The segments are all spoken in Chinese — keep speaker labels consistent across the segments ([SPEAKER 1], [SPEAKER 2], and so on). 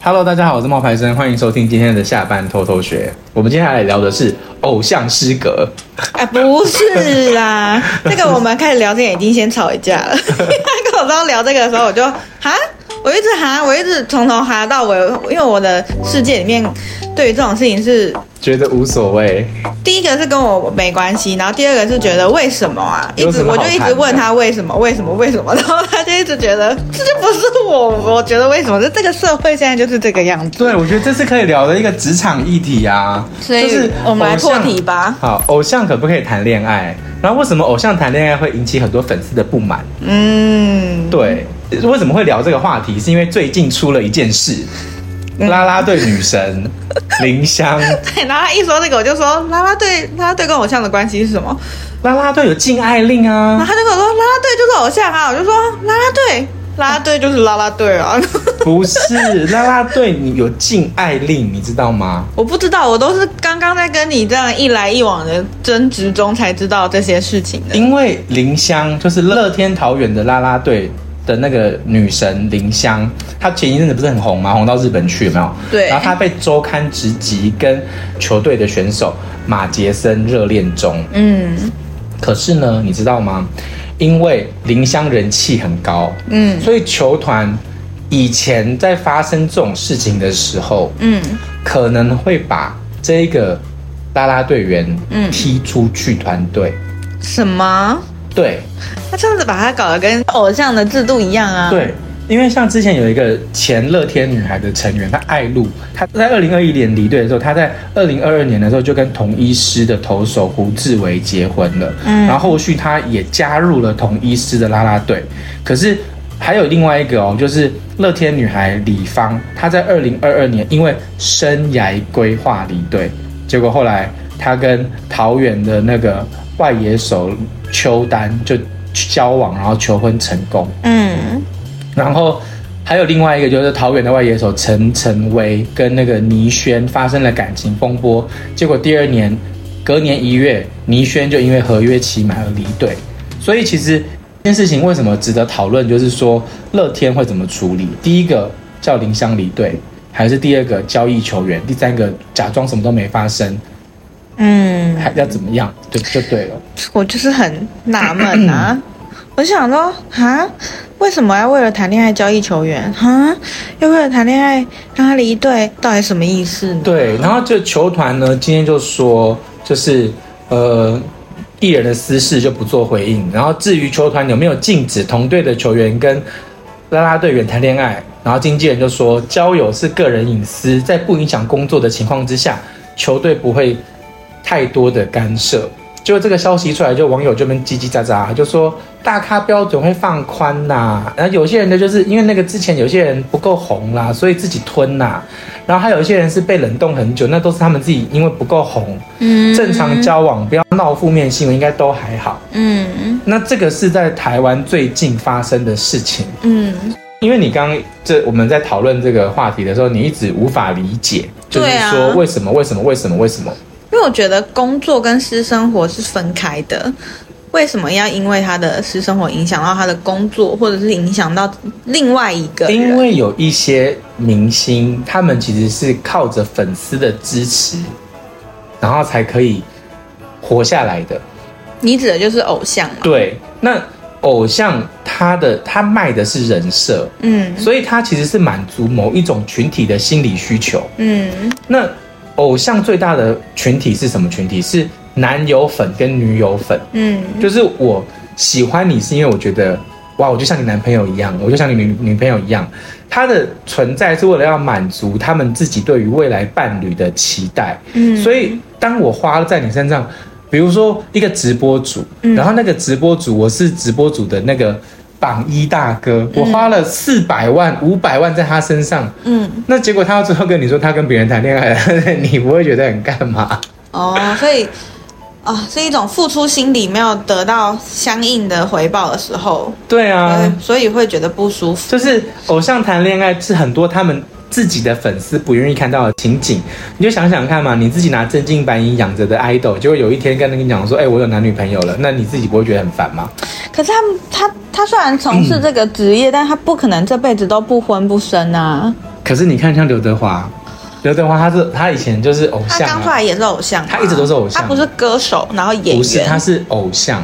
[SPEAKER 1] Hello，大家好，我是冒牌生，欢迎收听今天的下班偷偷学。我们接下来聊的是偶像失格。
[SPEAKER 2] 哎，不是 啦，这个我们开始聊天已经先吵一架了。 跟我刚聊这个的时候，我就哈，我一直哈，我一直从头哈到尾，因为我的世界里面对于这种事情是
[SPEAKER 1] 觉得无所谓，
[SPEAKER 2] 第一个是跟我没关系，然后第二个是觉得为什么啊？一
[SPEAKER 1] 有什
[SPEAKER 2] 直
[SPEAKER 1] 么好
[SPEAKER 2] 我就一
[SPEAKER 1] 谈
[SPEAKER 2] 直
[SPEAKER 1] 的
[SPEAKER 2] 问他为什么为什么为什么，然后他就一直觉得这就不是我，我觉得为什么？就这个社会现在就是这个样子，
[SPEAKER 1] 对我觉得这是可以聊的一个职场议题啊。
[SPEAKER 2] 所以
[SPEAKER 1] 就是
[SPEAKER 2] 我们来
[SPEAKER 1] 偶像
[SPEAKER 2] 破题吧
[SPEAKER 1] 好，偶像可不可以谈恋爱？然后为什么偶像谈恋爱会引起很多粉丝的不满？
[SPEAKER 2] 嗯，
[SPEAKER 1] 对，为什么会聊这个话题？是因为最近出了一件事，
[SPEAKER 2] 嗯
[SPEAKER 1] 啦啦队女 神林湘，
[SPEAKER 2] 对。 然后他一说这个，我就说啦啦队，啦啦队跟偶像的关系是什么？
[SPEAKER 1] 啦啦队有禁爱令
[SPEAKER 2] 然后
[SPEAKER 1] 啊？
[SPEAKER 2] 他就跟我说啦啦队就是偶像啊，我就说啦啦队，啦啦队就是啦啦队啊。
[SPEAKER 1] 不是，啦啦队你有禁爱令，你知道吗？
[SPEAKER 2] 我不知道，我都是刚刚在跟你这样一来一往的争执中才知道这些事情的。
[SPEAKER 1] 因为林湘就是乐天桃园的啦啦队的那个女神林湘，她前一阵子不是很红吗？红到日本去有没有？
[SPEAKER 2] 对
[SPEAKER 1] 然后她被周刊直击跟球队的选手马杰森热恋中。
[SPEAKER 2] 嗯
[SPEAKER 1] 可是呢，你知道吗？因为林湘人气很高，
[SPEAKER 2] 嗯
[SPEAKER 1] 所以球团以前在发生这种事情的时候，
[SPEAKER 2] 嗯，
[SPEAKER 1] 可能会把这个啦啦队员
[SPEAKER 2] 嗯
[SPEAKER 1] 踢出去团队。
[SPEAKER 2] 什么？
[SPEAKER 1] 对，
[SPEAKER 2] 他这样子把他搞得跟偶像的制度一样啊？，
[SPEAKER 1] 对，因为像之前有一个前乐天女孩的成员，她艾露，她在二零二一年离队的时候，她在二零二二年的时候就跟同一师的投手胡志伟结婚了，
[SPEAKER 2] 嗯
[SPEAKER 1] 然后后续她也加入了同一师的啦啦队，可是。还有另外一个哦，就是乐天女孩李芳，她在二零二二年因为生涯规划离队，结果后来她跟桃园的那个外野手邱丹就交往，然后求婚成功。
[SPEAKER 2] 嗯
[SPEAKER 1] 然后还有另外一个就是桃园的外野手陈晨威跟那个倪轩发生了感情风波，结果第二年，隔年一月，倪轩就因为合约期满而离队。所以其实这件事情为什么值得讨论，就是说乐天会怎么处理？第一个叫林湘离队，还是第二个交易球员，第三个假装什么都没发生，
[SPEAKER 2] 嗯，
[SPEAKER 1] 还要怎么样？对，就对了。
[SPEAKER 2] 我就是很纳闷啊。 我想说，哈，为什么要为了谈恋爱交易球员？哈，又为了谈恋爱让他离队，到底什么意思呢？
[SPEAKER 1] 对，然后这球团呢，今天就说，就是呃，艺人的私事就不做回应。然后至于球团有没有禁止同队的球员跟啦啦队员谈恋爱，然后经纪人就说，交友是个人隐私，在不影响工作的情况之下，球队不会太多的干涉。结果这个消息出来，就网友这边叽叽喳喳，就说大咖标准会放宽呐、然后有些人呢，就是因为那个之前有些人不够红啦，所以自己吞呐、然后还有一些人是被冷冻很久，那都是他们自己因为不够红，
[SPEAKER 2] 嗯
[SPEAKER 1] 正常交往不要闹负面新闻，应该都还好。
[SPEAKER 2] 嗯
[SPEAKER 1] 那这个是在台湾最近发生的事情，
[SPEAKER 2] 嗯，
[SPEAKER 1] 因为你刚刚这我们在讨论这个话题的时候，你一直无法理解，就是
[SPEAKER 2] 对啊
[SPEAKER 1] 说为什么为什么为什么为什么？
[SPEAKER 2] 因为我觉得工作跟私生活是分开的，为什么要因为他的私生活影响到他的工作，或者是影响到另外一个人？
[SPEAKER 1] 因为有一些明星，他们其实是靠着粉丝的支持，然后才可以活下来的。
[SPEAKER 2] 你指的就是偶像嘛？
[SPEAKER 1] 对，那偶像他的他卖的是人设，
[SPEAKER 2] 嗯
[SPEAKER 1] 所以它其实是满足某一种群体的心理需求。
[SPEAKER 2] 嗯
[SPEAKER 1] 那偶像最大的群体是什么群体？是男友粉跟女友粉，
[SPEAKER 2] 嗯
[SPEAKER 1] 就是我喜欢你是因为我觉得。哇，我就像你男朋友一样，我就像你女女朋友一样，他的存在是为了要满足他们自己对于未来伴侣的期待。
[SPEAKER 2] 嗯，
[SPEAKER 1] 所以当我花在你身上，比如说一个直播主，
[SPEAKER 2] 嗯
[SPEAKER 1] 然后那个直播主我是直播主的那个榜一大哥，我花了四百万、五百万在他身上，
[SPEAKER 2] 嗯
[SPEAKER 1] 那结果他最后跟你说他跟别人谈恋爱了， 你不会觉得很干嘛？
[SPEAKER 2] 哦，所以啊、是一种付出心理没有得到相应的回报的时候，
[SPEAKER 1] 对啊，
[SPEAKER 2] 嗯、所以会觉得不舒服。
[SPEAKER 1] 就是偶像谈恋爱是很多他们。自己的粉丝不愿意看到的情景，你就想想看嘛，你自己拿真金白银养着的 idol，结果有一天跟跟你讲说，哎、我有男女朋友了，那你自己不会觉得很烦吗？
[SPEAKER 2] 可是他
[SPEAKER 1] 嗯
[SPEAKER 2] 们他他虽然从事这个职业，但他不可能这辈子都不婚不生啊。
[SPEAKER 1] 可是你看，像刘德华，刘德华他是他以前就是偶
[SPEAKER 2] 他
[SPEAKER 1] 像、
[SPEAKER 2] 刚出
[SPEAKER 1] 啊，
[SPEAKER 2] 来也是偶像吗，
[SPEAKER 1] 他一直都是偶像
[SPEAKER 2] 他不是歌手，然后演
[SPEAKER 1] 不是
[SPEAKER 2] 员，嗯
[SPEAKER 1] 他是偶像，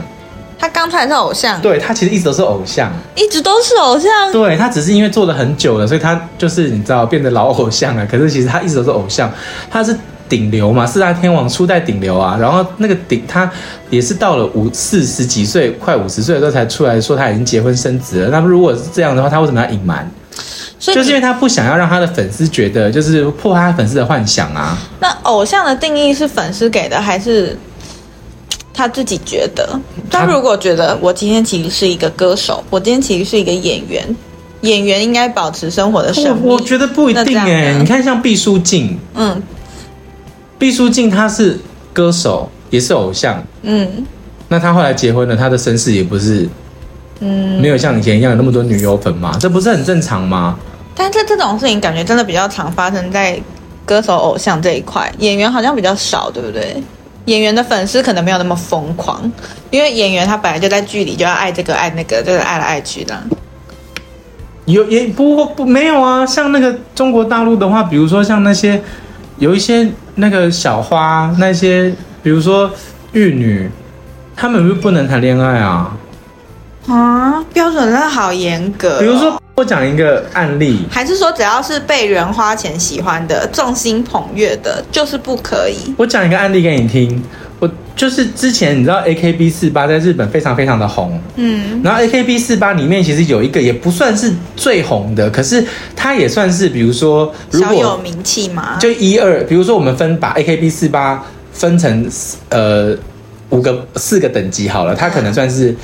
[SPEAKER 2] 他刚出来是偶像，
[SPEAKER 1] 对他其实一直都是偶像，
[SPEAKER 2] 一直都是偶像，
[SPEAKER 1] 对他只是因为做了很久了，所以他就是你知道变得老偶像了。可是其实他一直都是偶像，他是顶流嘛，四大天王初代顶流啊。然后那个顶他也是到了五四十几岁，快五十岁的时候才出来说他已经结婚生子了。那如果是这样的话，他为什么要隐瞒？
[SPEAKER 2] 所以
[SPEAKER 1] 就是因为他不想要让他的粉丝觉得就是破坏他粉丝的幻想啊。
[SPEAKER 2] 那偶像的定义是粉丝给的，还是他自己觉得？
[SPEAKER 1] 他
[SPEAKER 2] 他如果觉得我今天其实是一个歌手，我今天其实是一个演员，演员应该保持生活的神秘。
[SPEAKER 1] 我我觉得不一
[SPEAKER 2] 那这
[SPEAKER 1] 定
[SPEAKER 2] 样
[SPEAKER 1] 哎、
[SPEAKER 2] 呢
[SPEAKER 1] 你看像毕书尽，
[SPEAKER 2] 嗯
[SPEAKER 1] 毕书尽他是歌手也是偶像，
[SPEAKER 2] 嗯，
[SPEAKER 1] 那他后来结婚了，他的身世也不是，嗯，没有像以前一样有那么多女友粉嘛，这不是很正常吗？
[SPEAKER 2] 但是这种事情感觉真的比较常发生在歌手、偶像这一块，演员好像比较少，对不对？演员的粉丝可能没有那么疯狂，因为演员他本来就在剧里就要爱这个爱那个，就是爱来爱去的。
[SPEAKER 1] 有也不不没有啊，像那个中国大陆的话，比如说像那些有一些那个小花，那些比如说玉女，她们就不能谈恋爱啊。
[SPEAKER 2] 啊，标准真的好严格哦、
[SPEAKER 1] 比如说我讲一个案例，
[SPEAKER 2] 还是说只要是被人花钱喜欢的、众星捧月的，就是不可以？
[SPEAKER 1] 我讲一个案例给你听，我就是之前你知道 A K B 四八在日本非常非常的红，
[SPEAKER 2] 嗯，
[SPEAKER 1] 然后 AKB 四八里面其实有一个也不算是最红的，可是它也算是，比如说如
[SPEAKER 2] 小有
[SPEAKER 1] 果
[SPEAKER 2] 名气嘛。
[SPEAKER 1] 就一二，比如说我们分把 AKB 四八分成四呃五个四个等级好了，它可能算是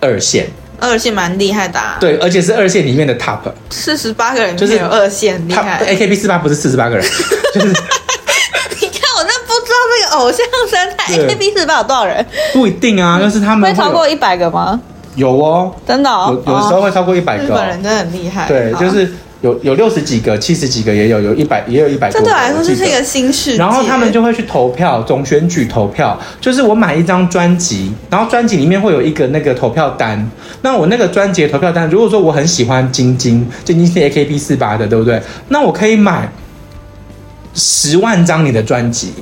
[SPEAKER 1] 二线，
[SPEAKER 2] 二线蛮厉害的、啊，，
[SPEAKER 1] 对，而且是二线里面的 top。
[SPEAKER 2] 四十八个人
[SPEAKER 1] 就
[SPEAKER 2] 就是是有二线厉
[SPEAKER 1] 它
[SPEAKER 2] 害。
[SPEAKER 1] AKB 四八不是四十八个人，就是
[SPEAKER 2] 你看我那不知道这个偶像生态
[SPEAKER 1] 对
[SPEAKER 2] AKB 四八有多少人？
[SPEAKER 1] 不一定啊，就是他们
[SPEAKER 2] 嗯会超
[SPEAKER 1] 有
[SPEAKER 2] 过一百个吗？
[SPEAKER 1] 有哦，
[SPEAKER 2] 真的、
[SPEAKER 1] 有
[SPEAKER 2] 哦
[SPEAKER 1] 有，的时候会超过一百
[SPEAKER 2] 哦日
[SPEAKER 1] 个、
[SPEAKER 2] 本人
[SPEAKER 1] 哦，
[SPEAKER 2] 真的很厉害。
[SPEAKER 1] 对，
[SPEAKER 2] 好
[SPEAKER 1] 就是有有六十几个、七十几个也有，有一百也有一百多个。
[SPEAKER 2] 这对我来说
[SPEAKER 1] 我记
[SPEAKER 2] 就
[SPEAKER 1] 得
[SPEAKER 2] 是一个新世界。
[SPEAKER 1] 然后他们就会去投票，总选举投票，就是我买一张专辑，然后专辑里面会有一个那个投票单。那我那个专辑的投票单，如果说我很喜欢晶晶，晶晶是 AKB 四八的，对不对？那我可以买十万张你的专辑，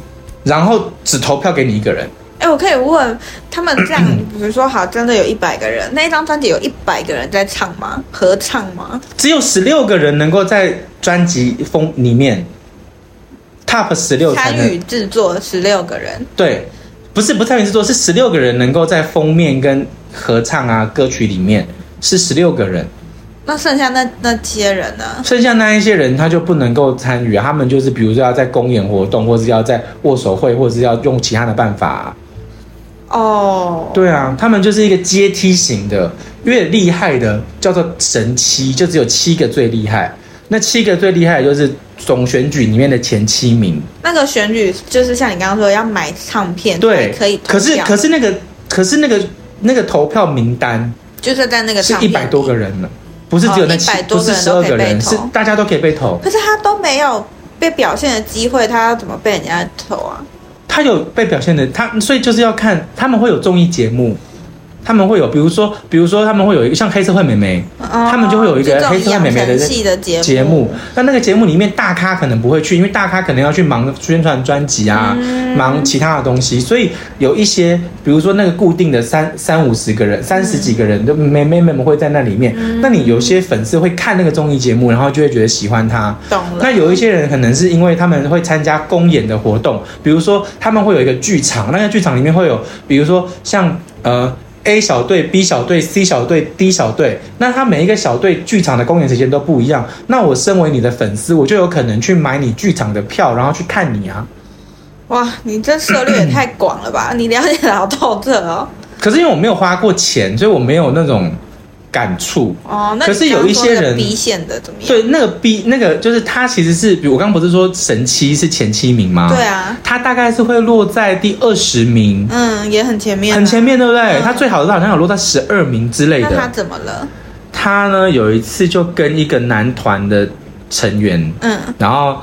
[SPEAKER 1] 然后只投票给你一个人。
[SPEAKER 2] 哎、我可以问他们 这样，比如说好，真的有一百个人，那一张专辑有一百个人在唱吗？合唱吗？
[SPEAKER 1] 只有十六个人能够在专辑封里面 top 十六才
[SPEAKER 2] 参
[SPEAKER 1] 能
[SPEAKER 2] 与制作十六个人，
[SPEAKER 1] 对，不是不参与制作，是十六个人能够在封面跟合唱啊歌曲里面是十六个人，
[SPEAKER 2] 那剩下那那些人呢？
[SPEAKER 1] 剩下那一些人他就不能够参与啊，他们就是比如说要在公演活动，或是要在握手会，或是要用其他的办法啊、
[SPEAKER 2] 哦，
[SPEAKER 1] 对啊，他们就是一个阶梯型的，越厉害的叫做神七，就只有七个最厉害。那七个最厉害的就是总选举里面的前七名，
[SPEAKER 2] 那个选举就是像你刚刚说的要买唱片，
[SPEAKER 1] 对，
[SPEAKER 2] 哎可以投票，
[SPEAKER 1] 可是可是那个可是那个那个投票名单，
[SPEAKER 2] 就是在那个
[SPEAKER 1] 是
[SPEAKER 2] 唱
[SPEAKER 1] 一
[SPEAKER 2] 片
[SPEAKER 1] 百多个人呢，不是只有那
[SPEAKER 2] 哦
[SPEAKER 1] 七、
[SPEAKER 2] 100
[SPEAKER 1] 不
[SPEAKER 2] 多个
[SPEAKER 1] 是
[SPEAKER 2] 人
[SPEAKER 1] 十
[SPEAKER 2] 都
[SPEAKER 1] 二
[SPEAKER 2] 可以
[SPEAKER 1] 个人，
[SPEAKER 2] 被
[SPEAKER 1] 是
[SPEAKER 2] 投
[SPEAKER 1] 大家都可以被投
[SPEAKER 2] 里，。可是他都没有被表现的机会，他要怎么被人家投啊？
[SPEAKER 1] 他有被表现的，他所以就是要看他们会有综艺节目，他们会有，比如说，比如说他们会有一个像黑社会美眉
[SPEAKER 2] 哦
[SPEAKER 1] 他们就会有一个
[SPEAKER 2] 这种
[SPEAKER 1] 黑社会美眉的
[SPEAKER 2] 养成系的节目
[SPEAKER 1] 节目，那那个节目里面大咖可能不会去，因为大咖可能要去忙宣传专辑啊，
[SPEAKER 2] 嗯
[SPEAKER 1] 忙其他的东西，所以有一些，比如说那个固定的三三五十个人、三十几个
[SPEAKER 2] 嗯
[SPEAKER 1] 人，就妹妹妹们会在那里面。那你有些粉丝会看那个综艺节目，然后就会觉得喜欢他，
[SPEAKER 2] 懂了
[SPEAKER 1] 那有一些人可能是因为他们会参加公演的活动，比如说他们会有一个剧场，那个剧场里面会有，比如说像呃 A 小队、B 小队、C 小队、D 小队，那他每一个小队剧场的公演时间都不一样。那我身为你的粉丝，我就有可能去买你剧场的票，然后去看你啊。
[SPEAKER 2] 哇，你这涉猎也太广 了吧？你了解得好透彻哦。
[SPEAKER 1] 可是因为我没有花过钱，所以我没有那种感触。
[SPEAKER 2] 哦，那
[SPEAKER 1] 可
[SPEAKER 2] 你
[SPEAKER 1] 是有一些人
[SPEAKER 2] 刚刚说那个 B 线的怎么样？
[SPEAKER 1] 对，那个 B 那个就是他其实是，比如我刚刚不是说神七是前七名吗？
[SPEAKER 2] 对，啊，
[SPEAKER 1] 他大概是会落在第二十名。
[SPEAKER 2] 嗯，也很前面啊，
[SPEAKER 1] 很前面，对不对？
[SPEAKER 2] 嗯
[SPEAKER 1] 他最好的好像有落在十二名之类
[SPEAKER 2] 那他
[SPEAKER 1] 的。
[SPEAKER 2] 怎么了？
[SPEAKER 1] 他呢有一次就跟一个男团的成员，
[SPEAKER 2] 嗯，
[SPEAKER 1] 然后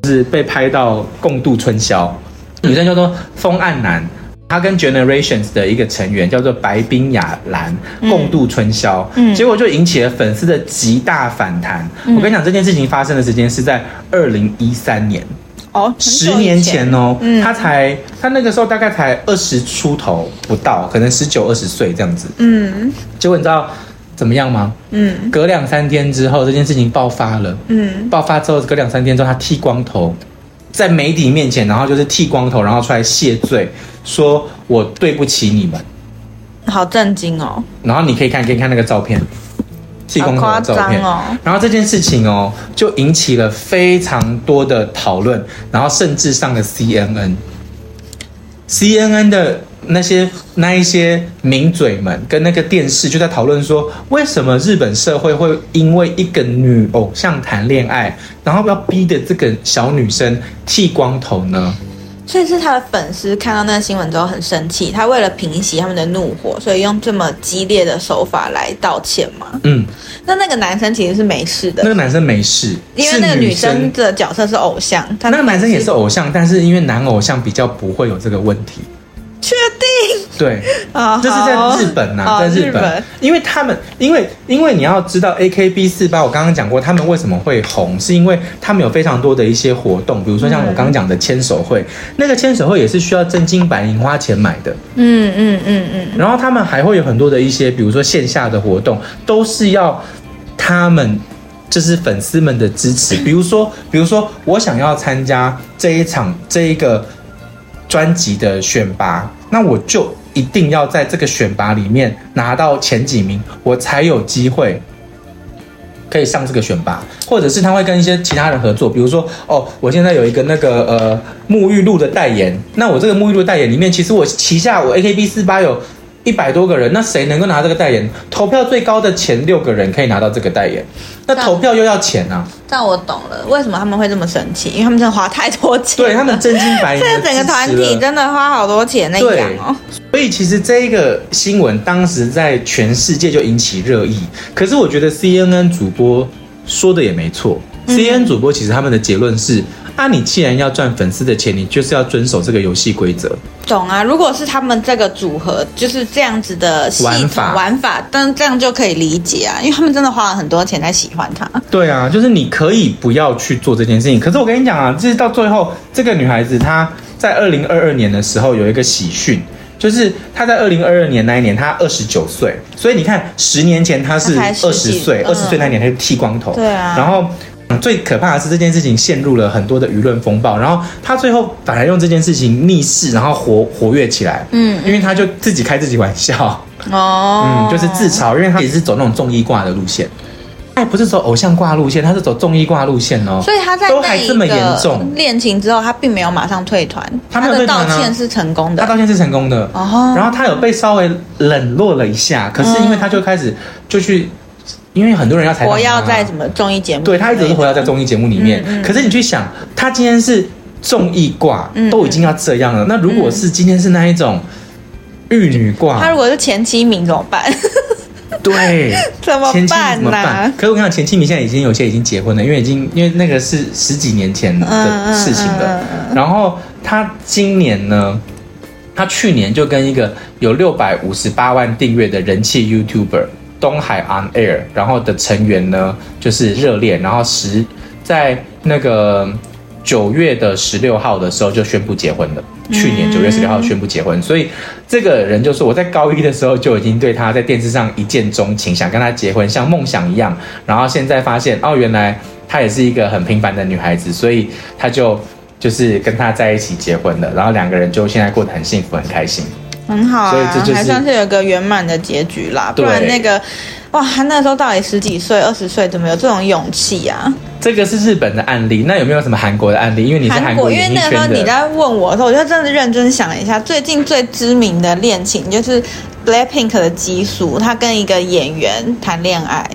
[SPEAKER 1] 就是被拍到共度春宵，女生叫做风岸男。他跟 Generations 的一个成员叫做白冰雅兰共度春宵，
[SPEAKER 2] 嗯
[SPEAKER 1] 结果就引起了粉丝的极大反弹。我跟你讲，这件事情发生的时间是在二零一三年，
[SPEAKER 2] 哦，很久
[SPEAKER 1] 十年
[SPEAKER 2] 以
[SPEAKER 1] 前哦，
[SPEAKER 2] 嗯
[SPEAKER 1] 他才他那个时候大概才二十出头不到，可能十九二十岁这样子。
[SPEAKER 2] 嗯
[SPEAKER 1] 结果你知道怎么样吗？
[SPEAKER 2] 嗯
[SPEAKER 1] 隔两三天之后，这件事情爆发了。
[SPEAKER 2] 嗯，
[SPEAKER 1] 爆发之后，隔两三天之后，他剃光头，在媒体面前，然后就是剃光头，然后出来谢罪，说我对不起你们。
[SPEAKER 2] 好震惊哦，
[SPEAKER 1] 然后你可以看，可以看那个照片，剃光头的照片。
[SPEAKER 2] 好夸张哦
[SPEAKER 1] 然后这件事情哦，就引起了非常多的讨论，然后甚至上了 CNN。CNN 的那些那一些名嘴们跟那个电视就在讨论说，为什么日本社会会因为一个女偶像谈恋爱，然后要逼的这个小女生剃光头呢？
[SPEAKER 2] 所以是他的粉丝看到那个新闻之后很生气，他为了平息他们的怒火，所以用这么激烈的手法来道歉嘛。
[SPEAKER 1] 嗯，
[SPEAKER 2] 那那个男生其实是没事的
[SPEAKER 1] 那，个男生没事，
[SPEAKER 2] 因为
[SPEAKER 1] 是
[SPEAKER 2] 那个
[SPEAKER 1] 女
[SPEAKER 2] 女生的角色是偶像，她
[SPEAKER 1] 那个男生也是偶像，但是因为男偶像比较不会有这个问题。
[SPEAKER 2] 确 定
[SPEAKER 1] 对，
[SPEAKER 2] 啊，
[SPEAKER 1] 这是
[SPEAKER 2] 好
[SPEAKER 1] 在日本呐、
[SPEAKER 2] 哦
[SPEAKER 1] 在
[SPEAKER 2] 日
[SPEAKER 1] 日本，因为他们，因为因为你要知道 A K B 四八，我刚刚讲过，他们为什么会红，是因为他们有非常多的一些活动，比如说
[SPEAKER 2] 嗯
[SPEAKER 1] 像我刚刚讲的牵手会，那个牵手会也是需要真金白银花钱买的，
[SPEAKER 2] 嗯嗯嗯嗯，
[SPEAKER 1] 然后他们还会有很多的一些，比如说线下的活动，都是要他们就是粉丝们的支持。比如说，比如说我想要参加这一场这一个专辑的选拔，那我就一定要在这个选拔里面拿到前几名，我才有机会。可以上这个选拔，或者是他会跟一些其他人合作，比如说哦，我现在有一个那个呃沐浴露的代言，那我这个沐浴露代言里面，其实我旗下我 AKB 四八有一百多个人，那谁能够拿这个代言？投票最高的前六个人可以拿到这个代言，那投票又要钱啊，
[SPEAKER 2] 但我懂了，为什么他们会这么生气？因为他们真的花太多钱了，
[SPEAKER 1] 对他们真金白银
[SPEAKER 2] 这
[SPEAKER 1] 地
[SPEAKER 2] 个整个团
[SPEAKER 1] 支持
[SPEAKER 2] 体
[SPEAKER 1] 了
[SPEAKER 2] 真的花好多钱在养哦。
[SPEAKER 1] 所以其实这一个新闻当时在全世界就引起热议。可是我觉得 CNN 主播说的也没错、c n n 主播其实他们的结论是：啊，你既然要赚粉丝的钱，你就是要遵守这个游戏规则。
[SPEAKER 2] 懂啊，如果是他们这个组合就是这样子的系统
[SPEAKER 1] 玩法
[SPEAKER 2] 玩法，但这样就可以理解啊，因为他们真的花了很多钱在喜欢他。
[SPEAKER 1] 对啊，就是你可以不要去做这件事情。可是我跟你讲啊，就是到最后，这个女孩子她在二零二二年的时候有一个喜讯，就是她在二零二二年那一年她二十九岁，所以你看十年前她是
[SPEAKER 2] 她才
[SPEAKER 1] 二
[SPEAKER 2] 十
[SPEAKER 1] 十
[SPEAKER 2] 几
[SPEAKER 1] 岁，二
[SPEAKER 2] 嗯
[SPEAKER 1] 十岁那年她就剃光头，
[SPEAKER 2] 对啊
[SPEAKER 1] 然后。嗯最可怕的是这件事情陷入了很多的舆论风暴，然后她最后反而用这件事情逆势，然后活活跃起来。
[SPEAKER 2] 嗯
[SPEAKER 1] 因为她就自己开自己玩笑，
[SPEAKER 2] 哦
[SPEAKER 1] 嗯，，就是自嘲，因为他也是走那种综艺挂的路线，他也不是走偶像挂路线，他是走综艺挂路线哦。
[SPEAKER 2] 所以他在
[SPEAKER 1] 都
[SPEAKER 2] 那
[SPEAKER 1] 还
[SPEAKER 2] 一
[SPEAKER 1] 这么严
[SPEAKER 2] 个
[SPEAKER 1] 重
[SPEAKER 2] 恋情之后，他并没有马上退团，
[SPEAKER 1] 他没有
[SPEAKER 2] 的
[SPEAKER 1] 退团
[SPEAKER 2] 道
[SPEAKER 1] 啊
[SPEAKER 2] 歉是成功
[SPEAKER 1] 他
[SPEAKER 2] 的。
[SPEAKER 1] 道歉是成功的，
[SPEAKER 2] 哦，
[SPEAKER 1] 然后他有被稍微冷落了一下，可是因为他就开始就去，因为很多人要采访
[SPEAKER 2] 活要
[SPEAKER 1] 他
[SPEAKER 2] 在什么综艺节目？
[SPEAKER 1] 对他一直是活跃在综艺节目里面。
[SPEAKER 2] 嗯嗯
[SPEAKER 1] 可是你去想，他今天是综艺挂，
[SPEAKER 2] 嗯
[SPEAKER 1] 都已经要这样了，那如果是今天是那一种玉女挂，
[SPEAKER 2] 他如果是前七名怎么办？
[SPEAKER 1] 对，
[SPEAKER 2] 怎么
[SPEAKER 1] 前妻
[SPEAKER 2] 办啊
[SPEAKER 1] 怎么
[SPEAKER 2] 呢、
[SPEAKER 1] 办？可是我跟你讲，前妻你现在已经有些已经结婚了，因为已经因为那个是十几年前的事情了
[SPEAKER 2] 嗯嗯。
[SPEAKER 1] 然后他今年呢，他去年就跟一个有六百五十八万订阅的人气 YouTuber 东海 On Air，然后的成员呢就是热恋，然后十在那个九月的十六号的时候就宣布结婚了。去年九月十六号宣布结婚，所以这个人就说我在高一的时候就已经对他在电视上一见钟情，想跟他结婚，像梦想一样。然后现在发现哦，原来她也是一个很平凡的女孩子，所以他就就是跟她在一起结婚了。然后两个人就现在过得很幸福，很开心。
[SPEAKER 2] 很好
[SPEAKER 1] 所以
[SPEAKER 2] 啊，
[SPEAKER 1] 这就是
[SPEAKER 2] 还算是有一个圆满的结局啦。不
[SPEAKER 1] 对
[SPEAKER 2] 然那个，哇，他那时候到底十几岁、二十岁，怎么有这种勇气啊？
[SPEAKER 1] 这个是日本的案例，那有没有什么韩国的案啊例？因为你是
[SPEAKER 2] 韩
[SPEAKER 1] 国
[SPEAKER 2] 因为
[SPEAKER 1] 演艺
[SPEAKER 2] 那个
[SPEAKER 1] 圈
[SPEAKER 2] 时候你
[SPEAKER 1] 的，
[SPEAKER 2] 在问我的时候，我就真的认真想了一下，最近最知名的恋情就是 BLACKPINK 的基数，他跟一个演员谈恋爱，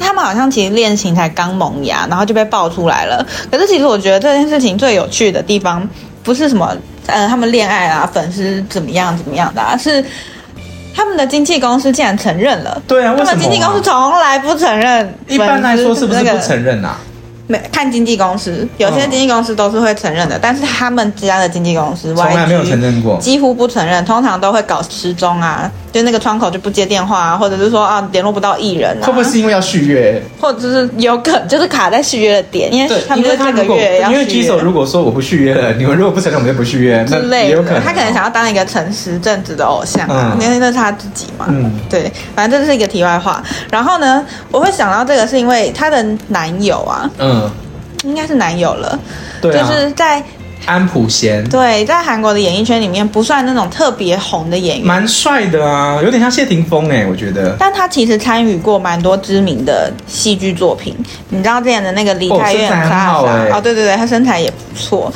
[SPEAKER 2] 他们好像其实恋情才刚萌芽，然后就被爆出来了。可是其实我觉得这件事情最有趣的地方，不是什么呃他们恋爱啊，粉丝怎么样怎么样的、啊，是。他们的经纪公司竟然承认了，
[SPEAKER 1] 对啊为
[SPEAKER 2] 他
[SPEAKER 1] 什
[SPEAKER 2] 们
[SPEAKER 1] 么啊
[SPEAKER 2] 经纪公司从来不承认，
[SPEAKER 1] 一般来说是不是
[SPEAKER 2] 那
[SPEAKER 1] 不
[SPEAKER 2] 个
[SPEAKER 1] 承认啊？
[SPEAKER 2] 没看经纪公司，有些
[SPEAKER 1] 嗯
[SPEAKER 2] 经纪公司都是会承认的，但是他们家的经纪公司
[SPEAKER 1] 从来没有
[SPEAKER 2] YG
[SPEAKER 1] 承认过。
[SPEAKER 2] 几乎不承认，通常都会搞失踪啊，就那个窗口就不接电话啊，或者是说啊联络不到艺人啊，
[SPEAKER 3] 会不会是因为要续约？
[SPEAKER 2] 或者是有可能就是卡在续约的点，因为
[SPEAKER 3] 对
[SPEAKER 2] 哎他
[SPEAKER 1] 因
[SPEAKER 2] 们就
[SPEAKER 1] 为
[SPEAKER 2] 是
[SPEAKER 1] 他
[SPEAKER 2] 这
[SPEAKER 1] 如
[SPEAKER 2] 个
[SPEAKER 1] 果
[SPEAKER 2] 月要
[SPEAKER 1] 因为
[SPEAKER 2] 续
[SPEAKER 1] G
[SPEAKER 2] 约
[SPEAKER 1] 手如果说我不续约了，你们如果不承认，我们就不续约，那
[SPEAKER 2] 之类
[SPEAKER 1] 也有可
[SPEAKER 2] 的，
[SPEAKER 1] 能。啊
[SPEAKER 2] 他可能想要当一个城市正直的偶像啊，
[SPEAKER 1] 嗯
[SPEAKER 2] 因为那是他自己嘛。
[SPEAKER 1] 嗯
[SPEAKER 2] 对，反正这是一个题外话。然后呢，我会想到这个是因为她的男友啊，
[SPEAKER 1] 嗯，
[SPEAKER 2] 应该是男友了，
[SPEAKER 1] 对啊，
[SPEAKER 2] 就是在
[SPEAKER 1] 安普贤
[SPEAKER 2] 对在韩国的演艺圈里面不算那种特别红的演员，
[SPEAKER 1] 蛮帅的啊，有点像谢霆锋哎、我觉得。
[SPEAKER 2] 但他其实参与过蛮多知名的戏剧作品。你知道之前的那个梨
[SPEAKER 1] 哦
[SPEAKER 2] 泰院
[SPEAKER 1] 身材很
[SPEAKER 2] 莎
[SPEAKER 1] 好
[SPEAKER 2] 莎
[SPEAKER 1] 欸
[SPEAKER 2] 哦，对对对，他身材也不错。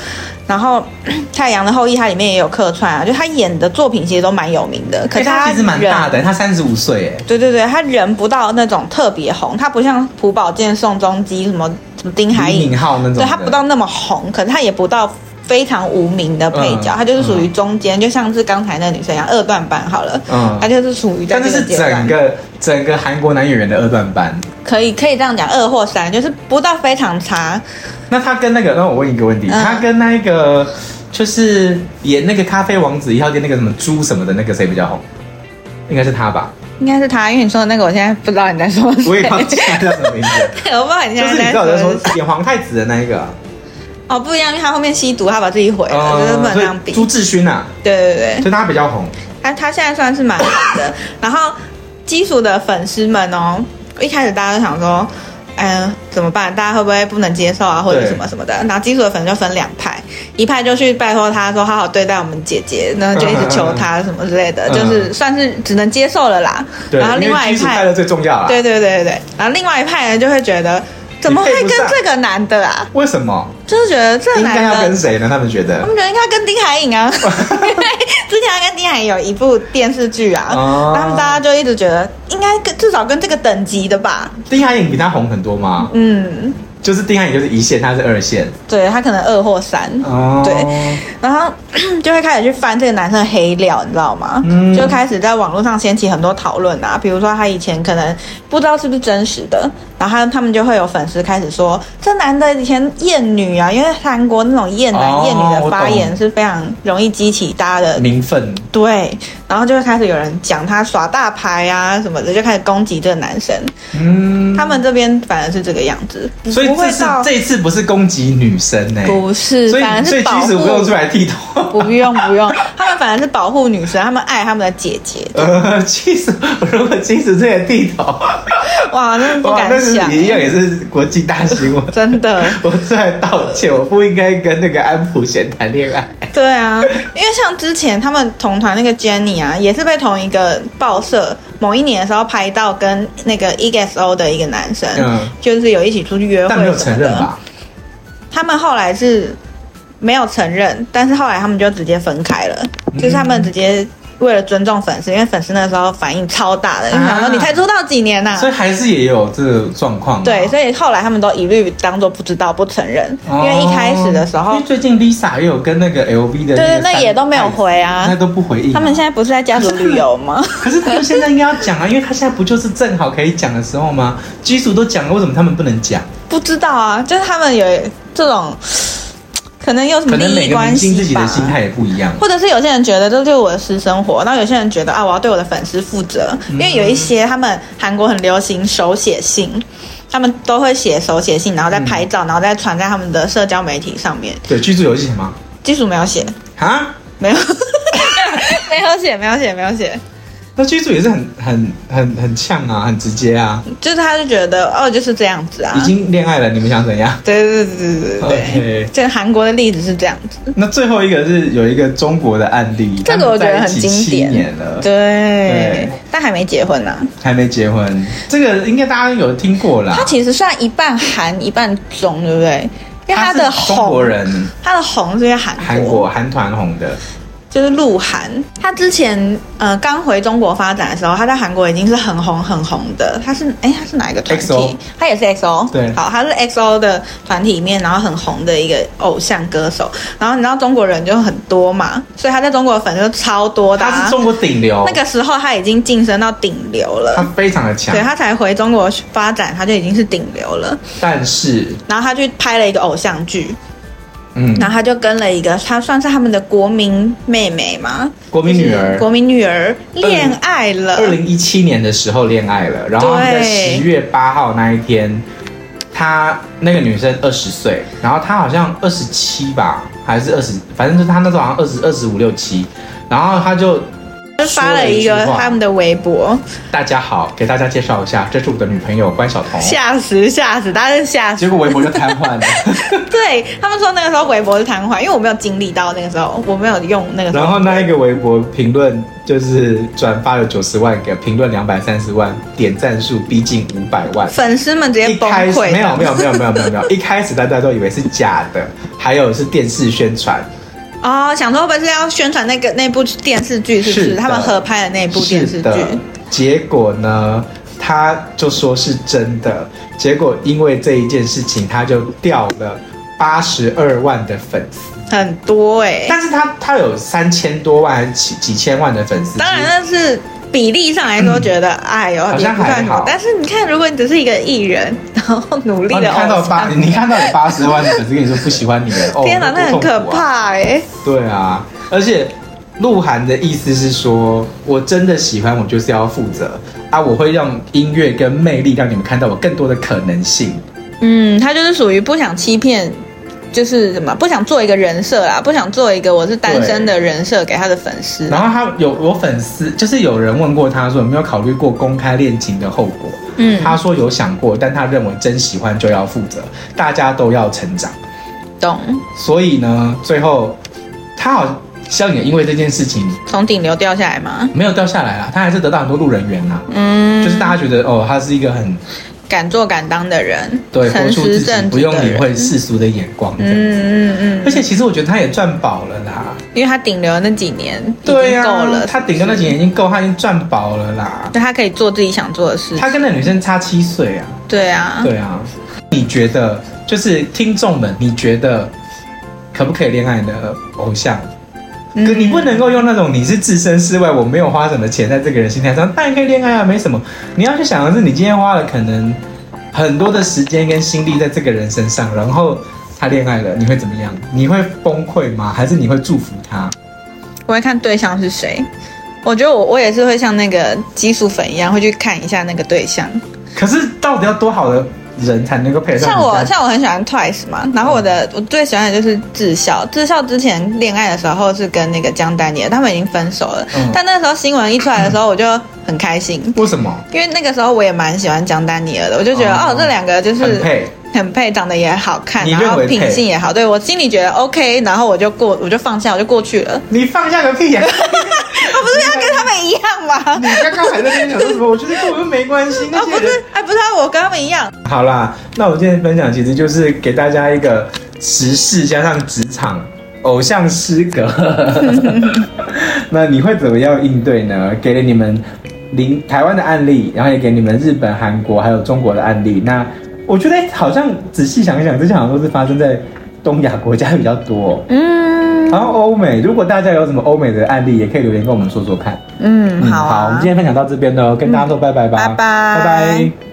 [SPEAKER 2] 然后《太阳的后裔》它里面也有客串啊，就他演的作品其实都蛮有名的。可
[SPEAKER 1] 哎
[SPEAKER 2] 是
[SPEAKER 1] 他其实蛮
[SPEAKER 2] 人
[SPEAKER 1] 大的、他三十五岁哎，
[SPEAKER 2] 对对对，他人不到那种特别红，他不像朴宝剑、宋仲基什么什么丁海
[SPEAKER 1] 李
[SPEAKER 2] 寅
[SPEAKER 1] 敏，镐那种的。
[SPEAKER 2] 对他不到那么红，可是他也不到非常无名的配角，
[SPEAKER 1] 嗯
[SPEAKER 2] 他就是属于中间，就像是刚才那女生一样，二段班好了，
[SPEAKER 1] 嗯
[SPEAKER 2] 他就是属于在
[SPEAKER 1] 但
[SPEAKER 2] 这
[SPEAKER 1] 这
[SPEAKER 2] 个
[SPEAKER 1] 是
[SPEAKER 2] 阶
[SPEAKER 1] 整
[SPEAKER 2] 段，
[SPEAKER 1] 个整个韩国男演员的二段班。
[SPEAKER 2] 可以可以这样讲，二或三，就是不到非常差，
[SPEAKER 1] 那他跟那个，那我问一个问题，
[SPEAKER 2] 嗯
[SPEAKER 1] 他跟那个就是演那个咖啡王子一号店那个什么猪什么的那个谁比较红？应该是他吧？
[SPEAKER 2] 应该是他，因为你说的那个，我现在不知道你在说谁，
[SPEAKER 1] 我也忘记他叫什么名字，
[SPEAKER 2] 对 我不知道你
[SPEAKER 1] 就
[SPEAKER 2] 现
[SPEAKER 1] 是你
[SPEAKER 2] 在
[SPEAKER 1] 知道我
[SPEAKER 2] 在
[SPEAKER 1] 在
[SPEAKER 2] 说
[SPEAKER 1] 说
[SPEAKER 2] 的是
[SPEAKER 1] 演皇太子的那一个 啊，
[SPEAKER 2] 哦，不一样，因为他后面吸毒，他把自己毁了，就是不能这
[SPEAKER 1] 哦呃所
[SPEAKER 2] 样
[SPEAKER 1] 以
[SPEAKER 2] 比。
[SPEAKER 1] 朱志勋 啊，
[SPEAKER 2] 对对对，
[SPEAKER 1] 所以他比较红。
[SPEAKER 2] 啊他他现在算是蛮好的。然后基础的粉丝们哦，一开始大家都想说，嗯、怎么办？大家会不会不能接受啊，或者
[SPEAKER 1] 对
[SPEAKER 2] 什么什么的？然后基础的粉就分两派，一派就去拜托他说好好对待我们姐姐，然后就一直求他什么之类的，
[SPEAKER 1] 嗯
[SPEAKER 2] 就是算是只能接受了啦。
[SPEAKER 1] 对，
[SPEAKER 2] 然后另
[SPEAKER 1] 因
[SPEAKER 2] 外
[SPEAKER 1] 为
[SPEAKER 2] 一
[SPEAKER 1] 基础快
[SPEAKER 2] 派
[SPEAKER 1] 乐，最重要啦。
[SPEAKER 2] 对，对对对对，然后另外一派人就会觉得。怎么会
[SPEAKER 1] 你配不
[SPEAKER 2] 跟
[SPEAKER 1] 上
[SPEAKER 2] 这个男的啊？
[SPEAKER 1] 为什么
[SPEAKER 2] 就是觉得这
[SPEAKER 1] 应该要
[SPEAKER 2] 男
[SPEAKER 1] 跟
[SPEAKER 2] 的，
[SPEAKER 1] 谁呢？他们觉得
[SPEAKER 2] 他们觉得应该跟丁海寅啊， 因为之前他跟丁海寅有一部电视剧啊，
[SPEAKER 1] 哦
[SPEAKER 2] 他们大家就一直觉得应该跟至少跟这个等级的吧，
[SPEAKER 1] 丁海寅比他红很多吗？
[SPEAKER 2] 嗯，
[SPEAKER 1] 就是丁海寅就是一线，他是二线。
[SPEAKER 2] 对他可能二或三，
[SPEAKER 1] 哦，
[SPEAKER 2] 对然后 就会开始去翻这个男生的黑料，你知道吗？
[SPEAKER 1] 嗯
[SPEAKER 2] 就开始在网络上掀起很多讨论啊，比如说他以前可能不知道是不是真实的，然后他他们就会有粉丝开始说这男的以前厌女啊，因为韩国那种厌男
[SPEAKER 1] 哦
[SPEAKER 2] 厌女的发
[SPEAKER 1] 我
[SPEAKER 2] 言
[SPEAKER 1] 懂
[SPEAKER 2] 是非常容易激起大家的
[SPEAKER 1] 名分
[SPEAKER 2] 对，然后就会开始有人讲他耍大牌啊什么的，就开始攻击这个男生。
[SPEAKER 1] 嗯，
[SPEAKER 2] 他们这边反而是这个样子，
[SPEAKER 1] 所以
[SPEAKER 2] 不
[SPEAKER 1] 这
[SPEAKER 2] 会
[SPEAKER 1] 次
[SPEAKER 2] 到
[SPEAKER 1] 这一次不是攻击女生呢、
[SPEAKER 2] 不是，
[SPEAKER 1] 所以
[SPEAKER 2] 反而
[SPEAKER 1] 所
[SPEAKER 2] 是
[SPEAKER 1] 以
[SPEAKER 2] 保
[SPEAKER 1] 其实
[SPEAKER 2] 护
[SPEAKER 1] 不用出来剃头。
[SPEAKER 2] 不用不用， 他们反而是保护女生，他们爱他们的姐姐。
[SPEAKER 1] 呃，其实如果其实这个剃头，
[SPEAKER 2] 哇，真的不
[SPEAKER 1] 哇，
[SPEAKER 2] 敢
[SPEAKER 1] 那是
[SPEAKER 2] 想，
[SPEAKER 1] 一样也是国际大新闻。
[SPEAKER 2] 真的。
[SPEAKER 1] 我出来道歉，我不应该跟那个安普贤谈恋爱。
[SPEAKER 2] 对啊，因为像之前他们同团那个 Jenny 啊，也是被同一个报社某一年的时候拍到跟那个 E EXO 的一个男生，
[SPEAKER 1] 嗯
[SPEAKER 2] 就是有一起出去约会
[SPEAKER 1] 但没有
[SPEAKER 2] 什么
[SPEAKER 1] 承
[SPEAKER 2] 的
[SPEAKER 1] 认。吧？
[SPEAKER 2] 他们后来是没有承认，但是后来他们就直接分开了，
[SPEAKER 1] 嗯
[SPEAKER 2] 就是他们直接为了尊重粉丝，因为粉丝那时候反应超大的，就想说
[SPEAKER 1] 啊
[SPEAKER 2] 你才出道几年呐、
[SPEAKER 1] 所以哦还是也有这个状况嘛。
[SPEAKER 2] 对，所以后来他们都一律当做不知道、不承认，因为一开始的时
[SPEAKER 1] 哦因
[SPEAKER 2] 候
[SPEAKER 1] 为，最近 Lisa 哦也有跟那个 LV 的
[SPEAKER 2] 对对，
[SPEAKER 1] 个
[SPEAKER 2] 那
[SPEAKER 1] 三
[SPEAKER 2] 也都没有回啊
[SPEAKER 1] 那。都不回应啊。
[SPEAKER 2] 他们现在不是在家族旅 游吗？
[SPEAKER 1] 可是他们现在应该要讲啊，因为他现在不就是正好可以讲的时候吗？基础都讲了，为什么他们不能讲？
[SPEAKER 2] 不知道啊，就是他们有这种，可能有什么
[SPEAKER 1] 可能
[SPEAKER 2] 利
[SPEAKER 1] 每
[SPEAKER 2] 益
[SPEAKER 1] 个
[SPEAKER 2] 关
[SPEAKER 1] 明星
[SPEAKER 2] 系
[SPEAKER 1] 自己的
[SPEAKER 2] 吧
[SPEAKER 1] 心态也不一样。
[SPEAKER 2] 或者是有些人觉得这就是我的私生活，那有些人觉得啊，我要对我的粉丝负责，
[SPEAKER 1] 嗯
[SPEAKER 2] 因为有一些他们韩国很流行手写信，他们都会写手写信，然后再拍照，然后再传在他们的社交媒体上面。
[SPEAKER 1] 对，居住游戏什么
[SPEAKER 2] 技术没有写，
[SPEAKER 1] 啊？
[SPEAKER 2] 没有，没有写，没有写，没有写，
[SPEAKER 1] 那居住也是很很很很呛啊，很直接啊，
[SPEAKER 2] 就是他就觉得哦，就是这样子啊
[SPEAKER 1] 已，经哦恋爱了，你们想怎样？
[SPEAKER 2] 对对对对对对。
[SPEAKER 1] OK，
[SPEAKER 2] 这韩国的例子是这样子，
[SPEAKER 1] 那最后一个是有一个中国的案例，
[SPEAKER 2] 这个我觉得很
[SPEAKER 1] 他们
[SPEAKER 2] 经典
[SPEAKER 1] 在一起七年了，哦
[SPEAKER 2] 对，
[SPEAKER 1] 对
[SPEAKER 2] 但还没结婚呢、啊
[SPEAKER 1] 还没结婚，这个应该大家有听过啦
[SPEAKER 2] 他。其实算一半韩一半中，对不对？因为
[SPEAKER 1] 他
[SPEAKER 2] 的
[SPEAKER 1] 是中
[SPEAKER 2] 红
[SPEAKER 1] 国人，
[SPEAKER 2] 他的红是因为韩
[SPEAKER 1] 韩国韩团红的，
[SPEAKER 2] 就是鹿晗，他之前呃刚回中国发展的时候，他在韩国已经是很红很红的。他是哎他是哪一个团体
[SPEAKER 1] XO
[SPEAKER 2] 他也是 XO，
[SPEAKER 1] 对
[SPEAKER 2] 好，他是 XO 的团体里面，然后很红的一个偶像歌手。然后你知道中国人就很多嘛，所以他在中国的粉就超多的、
[SPEAKER 1] 他
[SPEAKER 2] 啊
[SPEAKER 1] 是。中国顶流，
[SPEAKER 2] 那个时候他已经晋升到顶流
[SPEAKER 1] 他
[SPEAKER 2] 了，
[SPEAKER 1] 非常的强
[SPEAKER 2] 对，他才回中国发展，他就已经是顶流了。
[SPEAKER 1] 但是
[SPEAKER 2] 然后他去拍了一个偶像剧，
[SPEAKER 1] 嗯，
[SPEAKER 2] 然后他就跟了一个，他算是他们的国民妹妹嘛，
[SPEAKER 1] 国民女
[SPEAKER 2] 就是
[SPEAKER 1] 儿
[SPEAKER 2] 国民女儿恋爱了
[SPEAKER 1] 二。零一七年的时候恋爱了，然后他们在
[SPEAKER 2] 对
[SPEAKER 1] 十月八号那一天，她那个女生二十岁，然后她好像二十七吧，还是二十，反正就是她那时候好像二十二十五六七，然后她就
[SPEAKER 2] 就发了一
[SPEAKER 1] 说
[SPEAKER 2] 个
[SPEAKER 1] 句话
[SPEAKER 2] 他们的微
[SPEAKER 1] 哦
[SPEAKER 2] 博，
[SPEAKER 1] 大家好，给大家介绍一下，这是我的女朋友关晓彤，
[SPEAKER 2] 吓死吓死，大家都吓死
[SPEAKER 1] 结。果微博就瘫 痪了，
[SPEAKER 2] 对他们说那个时候微博是瘫痪，因为我没有经历到那个时候，我没有用那个时候。
[SPEAKER 1] 然后那一个微博评论就是转发了九十万个，评论两百三十万，点赞数逼近五百万。
[SPEAKER 2] 粉丝们直接
[SPEAKER 1] 一
[SPEAKER 2] 崩
[SPEAKER 1] 开始
[SPEAKER 2] 溃，
[SPEAKER 1] 没有没有没有没有没有没 有，一开始大家都以为是假的，还有是电视宣传，
[SPEAKER 2] 哦，想说会不会是要宣传那个那部电视剧，是不
[SPEAKER 1] 是
[SPEAKER 2] 是？
[SPEAKER 1] 的
[SPEAKER 2] 他们合拍的那部电视
[SPEAKER 1] 是的
[SPEAKER 2] 剧，。
[SPEAKER 1] 结果呢，他就说是真的，结果因为这一件事情，他就掉了八十二万的粉丝。
[SPEAKER 2] 很多哎、
[SPEAKER 1] 但是他他有三千多万还是几几千万的粉丝，
[SPEAKER 2] 当然那是比例上来说，觉得、哎呦
[SPEAKER 1] 嗯好
[SPEAKER 2] 也
[SPEAKER 1] 像
[SPEAKER 2] 不算
[SPEAKER 1] 还
[SPEAKER 2] 什
[SPEAKER 1] 好
[SPEAKER 2] 么。但是你看，如果你只是一个艺人，然后努力
[SPEAKER 1] 哦
[SPEAKER 2] 的
[SPEAKER 1] 你看到
[SPEAKER 2] 偶
[SPEAKER 1] 八，
[SPEAKER 2] 像，
[SPEAKER 1] 你看到有八十万的粉丝跟你说不喜欢你 了，哦，
[SPEAKER 2] 天哪，
[SPEAKER 1] 多
[SPEAKER 2] 那很可
[SPEAKER 1] 痛苦啊。
[SPEAKER 2] 怕哎、
[SPEAKER 1] 对啊，而且鹿晗的意思是说，我真的喜欢，我就是要负责啊，我会让音乐跟魅力让你们看到我更多的可能性。
[SPEAKER 2] 嗯，他就是属于不想欺骗。就是什么不想做一个人设啦，不想做一个我是单身的人设给他的粉丝。
[SPEAKER 1] 然后他有有粉丝，就是有人问过他说有没有考虑过公开恋情的后果，
[SPEAKER 2] 嗯，
[SPEAKER 1] 他说有想过，但他认为真喜欢就要负责，大家都要成长。
[SPEAKER 2] 懂，
[SPEAKER 1] 所以呢，最后他好像也因为这件事情
[SPEAKER 2] 从顶流掉下来嘛。
[SPEAKER 1] 没有掉下来啦，他还是得到很多路人缘啦。
[SPEAKER 2] 嗯，
[SPEAKER 1] 就是大家觉得哦，他是一个很
[SPEAKER 2] 敢做敢当的人，
[SPEAKER 1] 对活
[SPEAKER 2] 诚
[SPEAKER 1] 出自
[SPEAKER 2] 实
[SPEAKER 1] 己，
[SPEAKER 2] 正直
[SPEAKER 1] 不用
[SPEAKER 2] 的
[SPEAKER 1] 理
[SPEAKER 2] 人
[SPEAKER 1] 会世俗的眼光这样子。
[SPEAKER 2] 嗯嗯
[SPEAKER 1] 而
[SPEAKER 2] 嗯，
[SPEAKER 1] 且其实我觉得他也赚饱了啦，
[SPEAKER 2] 因为他顶流那几年已经
[SPEAKER 1] 对呀、啊
[SPEAKER 2] 够了，
[SPEAKER 1] 他顶多那几年已经够，他已经赚饱了啦。
[SPEAKER 2] 那他可以做自己想做的事。
[SPEAKER 1] 他跟那女生差七岁啊，
[SPEAKER 2] 对嗯啊，
[SPEAKER 1] 对啊。你觉得就是听众们，你觉得可不可以恋爱的偶像？
[SPEAKER 2] 嗯
[SPEAKER 1] 可你不能够用那种你是置身事外，我没有花什么钱在这个人心态上，当然可以恋爱啊，没什么。你要去想的是，你今天花了可能很多的时间跟心力在这个人身上，然后他恋爱了，你会怎么样？你会崩溃吗？还是你会祝福他？
[SPEAKER 2] 我会看对象是谁。我觉得我我也是会像那个激素粉一样，会去看一下那个对象。
[SPEAKER 1] 可是到底要多好的人才能够配得上
[SPEAKER 2] 像
[SPEAKER 1] 你
[SPEAKER 2] 我
[SPEAKER 1] 在
[SPEAKER 2] 像我很喜欢 Twice 嘛，然后我的我最喜欢的就是智孝。智孝之前恋爱的时候是跟那个江丹妮，他们已经分手了。
[SPEAKER 1] 嗯
[SPEAKER 2] 但那时候新闻一出来的时候，我就很开心，
[SPEAKER 1] 为什么？
[SPEAKER 2] 因为那个时候我也蛮喜欢江丹妮儿的，我就觉得
[SPEAKER 1] 哦
[SPEAKER 2] 哦，这两个就
[SPEAKER 1] 很
[SPEAKER 2] 是
[SPEAKER 1] 配，
[SPEAKER 2] 很配，长得也好看，
[SPEAKER 1] 你
[SPEAKER 2] 然
[SPEAKER 1] 认
[SPEAKER 2] 后
[SPEAKER 1] 为
[SPEAKER 2] 品
[SPEAKER 1] 配
[SPEAKER 2] 性也好，对我心里觉得 OK，然后我就过，我就放下，我就过去了。
[SPEAKER 1] 你放下个屁呀、
[SPEAKER 2] 我不是要跟他们一样吗？
[SPEAKER 1] 你刚刚还在那边想说什么？我觉得跟我又没关系。
[SPEAKER 2] 啊，
[SPEAKER 1] 那
[SPEAKER 2] 不
[SPEAKER 1] 些人
[SPEAKER 2] 是，哎，不是啊，我跟他们一样。
[SPEAKER 1] 好啦，那我今天分享其实就是给大家一个时事加上职场偶像失格， 那你会怎么样应对呢？给了你们零台湾的案例，然后也给你们日本、韩国还有中国的案例。那我觉得好像仔细想一想，这些好像都是发生在东亚国家比较多。
[SPEAKER 2] 嗯
[SPEAKER 1] 然后欧美，如果大家有什么欧美的案例，也可以留言跟我们说说看。
[SPEAKER 2] 嗯，
[SPEAKER 1] 嗯，
[SPEAKER 2] 好
[SPEAKER 1] 好，我们
[SPEAKER 2] 啊
[SPEAKER 1] 今，天分享到这边喽，跟大家说拜拜吧，
[SPEAKER 2] 拜拜
[SPEAKER 1] 拜拜。